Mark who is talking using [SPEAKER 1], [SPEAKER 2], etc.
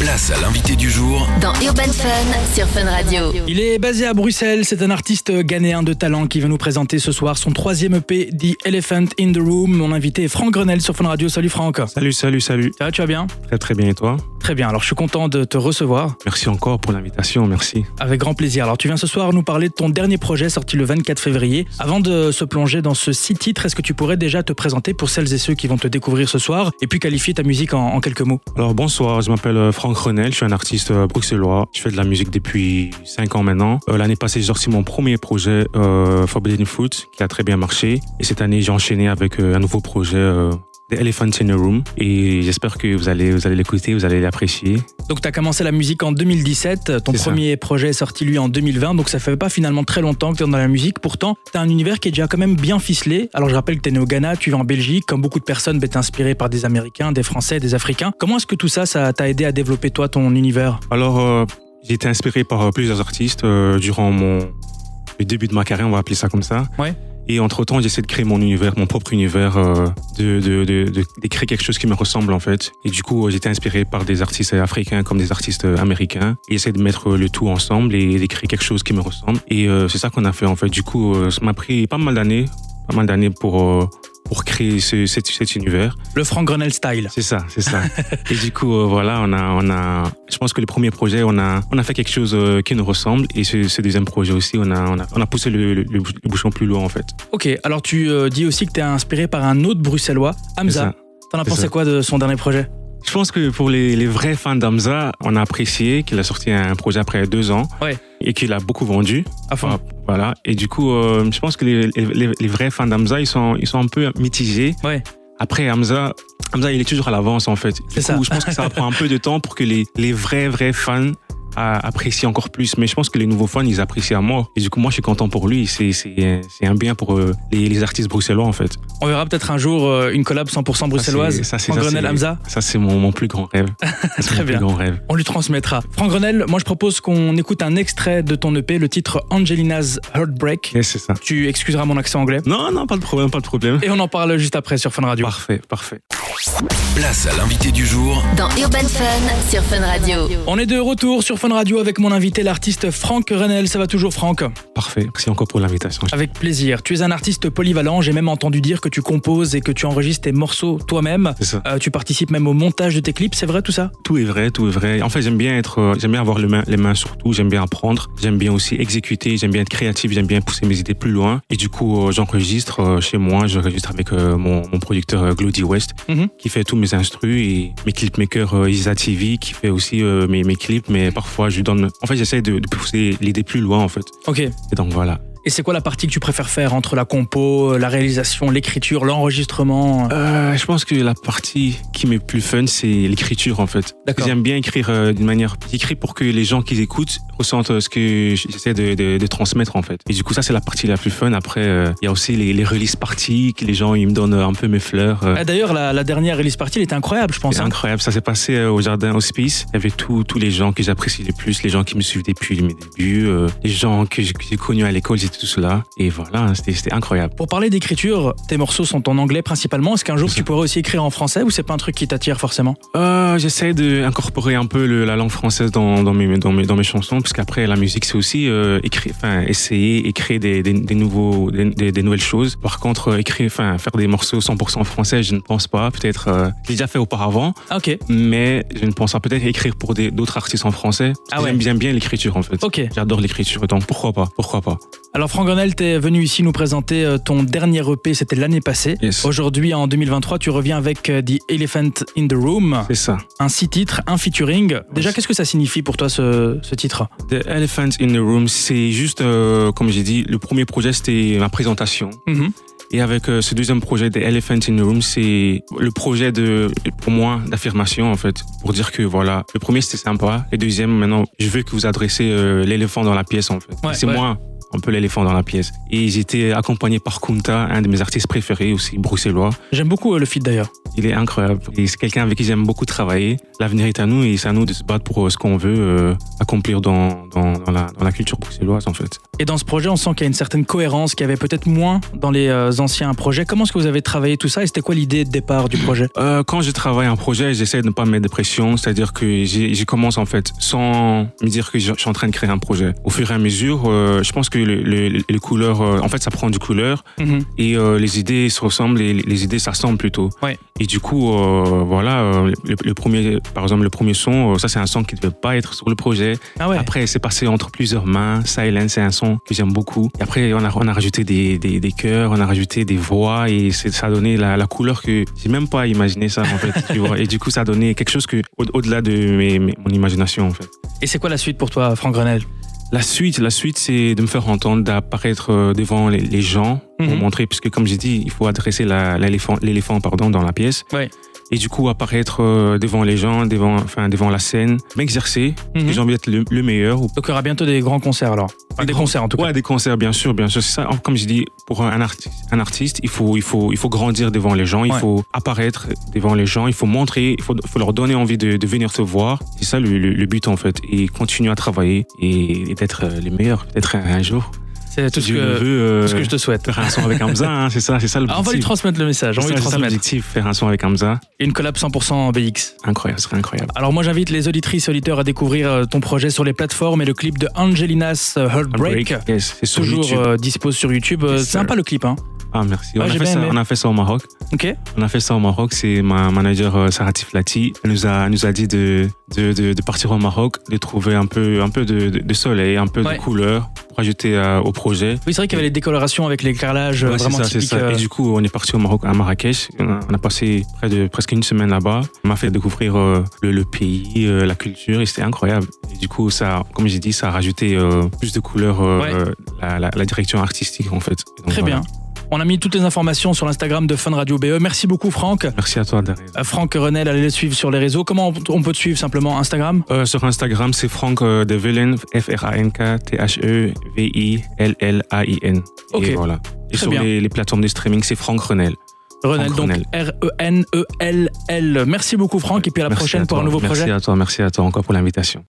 [SPEAKER 1] Place à l'invité du jour
[SPEAKER 2] Dans Urban Fun sur Fun Radio.
[SPEAKER 3] Il est basé à Bruxelles, c'est un artiste ghanéen de talent qui va nous présenter ce soir son troisième EP, The Elephant in the Room. Mon invité est Franck Grenel sur Fun Radio. Salut Franck. Ça
[SPEAKER 4] Salut, salut, salut.
[SPEAKER 3] va, tu vas bien
[SPEAKER 4] Très très bien et toi
[SPEAKER 3] Très bien, alors je suis content de te recevoir.
[SPEAKER 4] Merci encore pour l'invitation, merci.
[SPEAKER 3] Avec grand plaisir. Alors tu viens ce soir nous parler de ton dernier projet sorti le 24 février. Avant de se plonger dans ce six titres, est-ce que tu pourrais déjà te présenter pour celles et ceux qui vont te découvrir ce soir et puis qualifier ta musique en, en quelques mots
[SPEAKER 4] Alors bonsoir, je m'appelle euh, Franck Renel, je suis un artiste euh, bruxellois. Je fais de la musique depuis 5 ans maintenant. Euh, L'année passée, j'ai sorti mon premier projet euh, Forbidden Food qui a très bien marché. Et cette année, j'ai enchaîné avec euh, un nouveau projet. euh, The Elephant in the Room et j'espère que vous allez vous allez l'écouter, vous allez l'apprécier.
[SPEAKER 3] Donc tu as commencé la musique en 2017, ton
[SPEAKER 4] C'est ça.
[SPEAKER 3] premier projet est sorti lui en 2020, donc ça fait pas finalement très longtemps que tu es dans la musique, pourtant tu as un univers qui est déjà quand même bien ficelé. Alors je rappelle que tu es né au Ghana, tu vis en Belgique, comme beaucoup de personnes, tu es inspiré par des Américains, des Français, des Africains. Comment est-ce que tout ça, ça t'a aidé à développer toi ton univers
[SPEAKER 4] Alors euh, j'ai été inspiré par euh, plusieurs artistes euh, durant mon le début de ma carrière, on va appeler ça comme ça.
[SPEAKER 3] Ouais.
[SPEAKER 4] Et entre-temps, j'essaie de créer mon univers, mon propre univers, euh, de, de, de, de, de créer quelque chose qui me ressemble en fait. Et du coup, euh, j'étais inspiré par des artistes africains comme des artistes euh, américains. Et j'essaie de mettre euh, le tout ensemble et de créer quelque chose qui me ressemble. Et euh, c'est ça qu'on a fait en fait. Du coup, euh, ça m'a pris pas mal d'années, pas mal d'années pour, euh, pour créer ce, cet, cet univers.
[SPEAKER 3] Le Franck Grenel style.
[SPEAKER 4] C'est ça, c'est ça. et du coup, euh, voilà, on a, on a, je pense que le premier projet, on a, on a fait quelque chose euh, qui nous ressemble. Et ce, ce deuxième projet aussi, on a, on a, on a poussé le, le, le bou- le bouchon plus loin, en fait.
[SPEAKER 3] Ok, alors tu euh, dis aussi que tu es inspiré par un autre Bruxellois,
[SPEAKER 4] C'est
[SPEAKER 3] Hamza.
[SPEAKER 4] ça.
[SPEAKER 3] T'en as
[SPEAKER 4] C'est
[SPEAKER 3] pensé
[SPEAKER 4] ça.
[SPEAKER 3] quoi de son dernier projet
[SPEAKER 4] Je pense que pour les, les vrais fans d'Amza, on a apprécié qu'il a sorti un projet après deux ans.
[SPEAKER 3] Ouais.
[SPEAKER 4] Et qu'il a beaucoup vendu.
[SPEAKER 3] À fond.
[SPEAKER 4] Ah, Voilà. Et du coup, euh, je pense que les, les, les vrais fans d'Amza, ils sont, ils sont un peu mitigés.
[SPEAKER 3] Ouais.
[SPEAKER 4] Après, Hamza, Hamza, il est toujours à l'avance, en fait.
[SPEAKER 3] C'est
[SPEAKER 4] du
[SPEAKER 3] ça.
[SPEAKER 4] coup, je pense que ça prend un peu de temps pour que les, les vrais, vrais fans euh, apprécient encore plus. Mais je pense que les nouveaux fans, ils apprécient à mort. Et du coup, moi, je suis content pour lui. C'est, c'est, c'est un bien pour euh, les, les artistes bruxellois, en fait.
[SPEAKER 3] On verra peut-être un jour euh, une collab 100% bruxelloise.
[SPEAKER 4] Ah, c'est- ça, c'est-
[SPEAKER 3] Franck
[SPEAKER 4] ça,
[SPEAKER 3] Grenel,
[SPEAKER 4] c'est-
[SPEAKER 3] Hamza.
[SPEAKER 4] Ça, c'est mon, mon plus grand rêve. Ça, c'est
[SPEAKER 3] Très
[SPEAKER 4] mon
[SPEAKER 3] bien.
[SPEAKER 4] plus grand rêve.
[SPEAKER 3] On lui transmettra. Franck Grenel, moi je propose qu'on écoute un extrait de ton EP, le titre Angelina's Heartbreak.
[SPEAKER 4] Et c'est ça.
[SPEAKER 3] Tu excuseras mon accent anglais.
[SPEAKER 4] Non, non, pas de problème, pas de problème.
[SPEAKER 3] Et on en parle juste après sur Fun Radio.
[SPEAKER 4] Parfait, parfait.
[SPEAKER 1] Place à l'invité du jour
[SPEAKER 2] Dans Urban Fun sur Fun Radio.
[SPEAKER 3] On est de retour sur Fun Radio avec mon invité, l'artiste Franck Renel. Ça va toujours, Franck
[SPEAKER 4] Parfait. Merci encore pour l'invitation.
[SPEAKER 3] Avec plaisir. Tu es un artiste polyvalent. J'ai même entendu dire que tu composes et que tu enregistres tes morceaux toi-même.
[SPEAKER 4] C'est ça.
[SPEAKER 3] Euh, tu participes même au montage de tes clips. C'est vrai tout ça
[SPEAKER 4] Tout est vrai, tout est vrai. En fait, j'aime bien être, euh, j'aime bien avoir les mains, les mains sur tout. J'aime bien apprendre. J'aime bien aussi exécuter. J'aime bien être créatif. J'aime bien pousser mes idées plus loin. Et du coup, euh, j'enregistre euh, chez moi. J'enregistre avec euh, mon, mon producteur euh, Glody West,
[SPEAKER 3] Mhm.
[SPEAKER 4] qui fait tous mes instrus et mes clipmakers euh, Isa TV, qui fait aussi euh, mes, mes clips. Mais parfois, je lui donne. En fait, j'essaie de, de pousser l'idée plus loin, en fait.
[SPEAKER 3] Ok.
[SPEAKER 4] Et donc voilà.
[SPEAKER 3] Et c'est quoi la partie que tu préfères faire entre la compo, la réalisation, l'écriture, l'enregistrement
[SPEAKER 4] Euh, je pense que la partie qui m'est plus fun, c'est l'écriture en fait.
[SPEAKER 3] D'accord.
[SPEAKER 4] J'aime bien écrire euh, d'une manière. J'écris pour que les gens qui écoutent ressentent euh, ce que j'essaie de, de- de transmettre en fait. Et du coup, ça, c'est la partie la plus fun. Après, euh, il y a aussi les, les release parties, que les gens ils me donnent euh, un peu mes fleurs. euh.
[SPEAKER 3] Ah, D'ailleurs, la, la dernière release party, elle était incroyable, je pense.
[SPEAKER 4] C'est
[SPEAKER 3] hein.
[SPEAKER 4] incroyable, ça s'est passé euh, au jardin hospice. Il y avait tous tous les gens que j'apprécie le plus, les gens qui me suivent depuis mes débuts, euh, les gens que j'ai que j'ai connus à l'école, j'étais tout cela. Et voilà, hein, c'était c'était incroyable.
[SPEAKER 3] Pour parler d'écriture, tes morceaux sont en anglais principalement. Est-ce qu'un jour
[SPEAKER 4] C'est
[SPEAKER 3] tu
[SPEAKER 4] ça.
[SPEAKER 3] pourrais aussi écrire en français ou c'est pas un truc qui t'attire forcément
[SPEAKER 4] Euh, J'essaie d'incorporer un peu le- la langue française dans, dans, mes, dans, mes, dans mes chansons, parce qu'après, la musique, c'est aussi euh, écrire, enfin, essayer et créer des, des, des nouveaux, des, des- des nouvelles choses. Par contre, euh, écrire, enfin, faire des morceaux 100% français, je ne pense pas. Peut-être, euh, je l'ai déjà fait auparavant,
[SPEAKER 3] Ah, ok,
[SPEAKER 4] mais je ne pense pas. Peut-être écrire pour des- d'autres artistes en français.
[SPEAKER 3] Ah ouais.
[SPEAKER 4] J'aime bien, bien l'écriture, en fait.
[SPEAKER 3] ok.
[SPEAKER 4] J'adore l'écriture, donc pourquoi pas Pourquoi pas
[SPEAKER 3] Alors Franck Grenel, t'es venu ici nous présenter euh, ton dernier EP, c'était l'année passée.
[SPEAKER 4] Yes. Aujourd'hui,
[SPEAKER 3] Aujourd'hui, en 2023, tu reviens avec euh, The Elephant in the Room,
[SPEAKER 4] c'est ça.
[SPEAKER 3] un six titres, un featuring. Déjà,
[SPEAKER 4] Oui.
[SPEAKER 3] qu'est-ce que ça signifie pour toi ce, ce titre
[SPEAKER 4] The Elephant in the Room, c'est juste, euh, comme j'ai dit, le premier projet, c'était ma présentation.
[SPEAKER 3] Mhm.
[SPEAKER 4] Et avec euh, ce deuxième projet, The Elephant in the Room, c'est le projet de, pour moi, d'affirmation, en fait, pour dire que voilà, le premier c'était sympa, le deuxième, maintenant, je veux que vous adressez euh, l'éléphant dans la pièce, en fait.
[SPEAKER 3] Ouais,
[SPEAKER 4] c'est
[SPEAKER 3] ouais.
[SPEAKER 4] moi, un peu l'éléphant dans la pièce. Et j'étais accompagné par Kunta, un de mes artistes préférés aussi, bruxellois.
[SPEAKER 3] J'aime beaucoup euh, le feat d'ailleurs.
[SPEAKER 4] Il est incroyable. Et c'est quelqu'un avec qui j'aime beaucoup travailler. L'avenir est à nous et c'est à nous de se battre pour euh, ce qu'on veut euh, accomplir dans, dans, dans la, dans la culture bruxelloise, en fait.
[SPEAKER 3] Et dans ce projet, on sent qu'il y a une certaine cohérence qu'il y avait peut-être moins dans les euh, anciens projets. Comment est-ce que vous avez travaillé tout ça et c'était quoi l'idée de départ du projet
[SPEAKER 4] Euh, quand je travaille un projet, j'essaie de ne pas mettre de pression, c'est-à-dire que j'y j'y commence en fait sans me dire que je je suis en train de créer un projet. Au fur et à mesure, euh, je pense que le- le- les couleurs, euh, en fait, ça prend du couleur
[SPEAKER 3] Mhm.
[SPEAKER 4] et euh, les idées se ressemblent et les- les idées s'assemblent plutôt.
[SPEAKER 3] Ouais.
[SPEAKER 4] Et du coup, euh, voilà, euh, le, le premier, par exemple, le premier son, euh, ça c'est un son qui ne devait pas être sur le projet.
[SPEAKER 3] Ah ouais
[SPEAKER 4] Après, c'est passé entre plusieurs mains. Silence, c'est un son que j'aime beaucoup. Et après, on a, on a rajouté des, des, des chœurs, on a rajouté des voix et c'est- ça a donné la, la couleur que j'ai même pas imaginé ça, en fait. tu vois. Et du coup, ça a donné quelque chose que, au- au-delà de mes- mes- mon imagination, en fait.
[SPEAKER 3] Et c'est quoi la suite pour toi, Franck Grenel
[SPEAKER 4] La suite, la suite, c'est de me faire entendre, d'apparaître euh, devant les, les gens pour
[SPEAKER 3] Mhm.
[SPEAKER 4] montrer, puisque comme j'ai dit, il faut adresser la- l'éléphant, l'éléphant pardon, dans la pièce.
[SPEAKER 3] Ouais.
[SPEAKER 4] Et du coup, apparaître euh, devant les gens, devant, enfin, devant la scène, m'exercer, parce
[SPEAKER 3] Mhm.
[SPEAKER 4] que j'ai envie d'être le, le meilleur. ou-
[SPEAKER 3] Donc il y aura bientôt des grands concerts alors. Enfin, des concerts en tout cas.
[SPEAKER 4] Ouais, des concerts, bien sûr, bien sûr. C'est ça, comme j'ai dit, pour un artiste, un artiste, il faut, il faut, il faut grandir devant les gens, il
[SPEAKER 3] Ouais.
[SPEAKER 4] faut apparaître devant les gens, il faut montrer, il faut, il faut leur donner envie de, de venir te voir. C'est ça le, le- le but en fait, et continuer à travailler et, et d'être euh, les meilleurs, peut-être un, un jour.
[SPEAKER 3] C'est tout, ce
[SPEAKER 4] Dieu le
[SPEAKER 3] que-
[SPEAKER 4] veut, euh,
[SPEAKER 3] tout ce que je te souhaite.
[SPEAKER 4] faire un son avec Hamza, hein, c'est ça, c'est ça le
[SPEAKER 3] Ah, on va lui
[SPEAKER 4] objectif.
[SPEAKER 3] transmettre le message, on va lui
[SPEAKER 4] C'est ça
[SPEAKER 3] transmettre.
[SPEAKER 4] l'objectif, faire un son avec Hamza,
[SPEAKER 3] Une collab 100% BX.
[SPEAKER 4] incroyable, ce serait incroyable.
[SPEAKER 3] Alors moi j'invite les auditrices et auditeurs à découvrir euh, ton projet sur les plateformes et le clip de Angelinas euh, Heartbreak.
[SPEAKER 4] yes, c'est sur
[SPEAKER 3] Toujours
[SPEAKER 4] YouTube.
[SPEAKER 3] euh, dispo sur YouTube. Euh,
[SPEAKER 4] Yes,
[SPEAKER 3] c'est
[SPEAKER 4] sir.
[SPEAKER 3] sympa le clip, hein.
[SPEAKER 4] Ah merci.
[SPEAKER 3] Ouais,
[SPEAKER 4] on,
[SPEAKER 3] j'ai
[SPEAKER 4] a fait
[SPEAKER 3] bien
[SPEAKER 4] ça,
[SPEAKER 3] aimé.
[SPEAKER 4] on a fait ça au Maroc.
[SPEAKER 3] Ok.
[SPEAKER 4] On a fait ça au Maroc. C'est ma manager euh, Sarah Tiflati. Elle nous a, nous a dit de, de, de, de partir au Maroc, de trouver un peu, un peu de, de- de soleil, un peu
[SPEAKER 3] Ouais.
[SPEAKER 4] de couleur pour ajouter euh, au projet.
[SPEAKER 3] Oui, c'est vrai qu'il y avait les décolorations avec les carrelages euh,
[SPEAKER 4] Ouais, c'est
[SPEAKER 3] vraiment
[SPEAKER 4] ça, c'est
[SPEAKER 3] typiques.
[SPEAKER 4] ça.
[SPEAKER 3] euh,
[SPEAKER 4] Et du coup, on est parti au Maroc, à Marrakech. On a, on a passé près de presque une semaine là-bas. On m'a fait découvrir euh, le, le pays, euh, la culture, et c'était incroyable. Et du coup, ça, comme j'ai dit, ça a rajouté euh, plus de couleurs, euh,
[SPEAKER 3] Ouais.
[SPEAKER 4] euh, la, la- la direction artistique en fait. Donc,
[SPEAKER 3] Très
[SPEAKER 4] voilà.
[SPEAKER 3] bien. On a mis toutes les informations sur l'Instagram de Fun Radio BE. Merci beaucoup Franck.
[SPEAKER 4] Merci à toi, Daryl.
[SPEAKER 3] Euh, Franck Renel, allez le suivre sur les réseaux. Comment on- on peut te suivre simplement Instagram
[SPEAKER 4] Euh, sur Instagram, c'est Franck euh, de Velen, E F-R-A-N-K-T-H-E-V-I-L-L-A-I-N.
[SPEAKER 3] Ok.
[SPEAKER 4] Et voilà. Et
[SPEAKER 3] Très
[SPEAKER 4] sur
[SPEAKER 3] bien.
[SPEAKER 4] les, les plateformes de streaming, c'est Franck Renel.
[SPEAKER 3] Renel,
[SPEAKER 4] Franck
[SPEAKER 3] donc E
[SPEAKER 4] Renel.
[SPEAKER 3] R-E-N-E-L-L. Merci beaucoup Franck et puis à la
[SPEAKER 4] Merci
[SPEAKER 3] prochaine
[SPEAKER 4] à
[SPEAKER 3] pour un
[SPEAKER 4] toi.
[SPEAKER 3] nouveau projet.
[SPEAKER 4] Merci à toi, merci à toi encore pour l'invitation.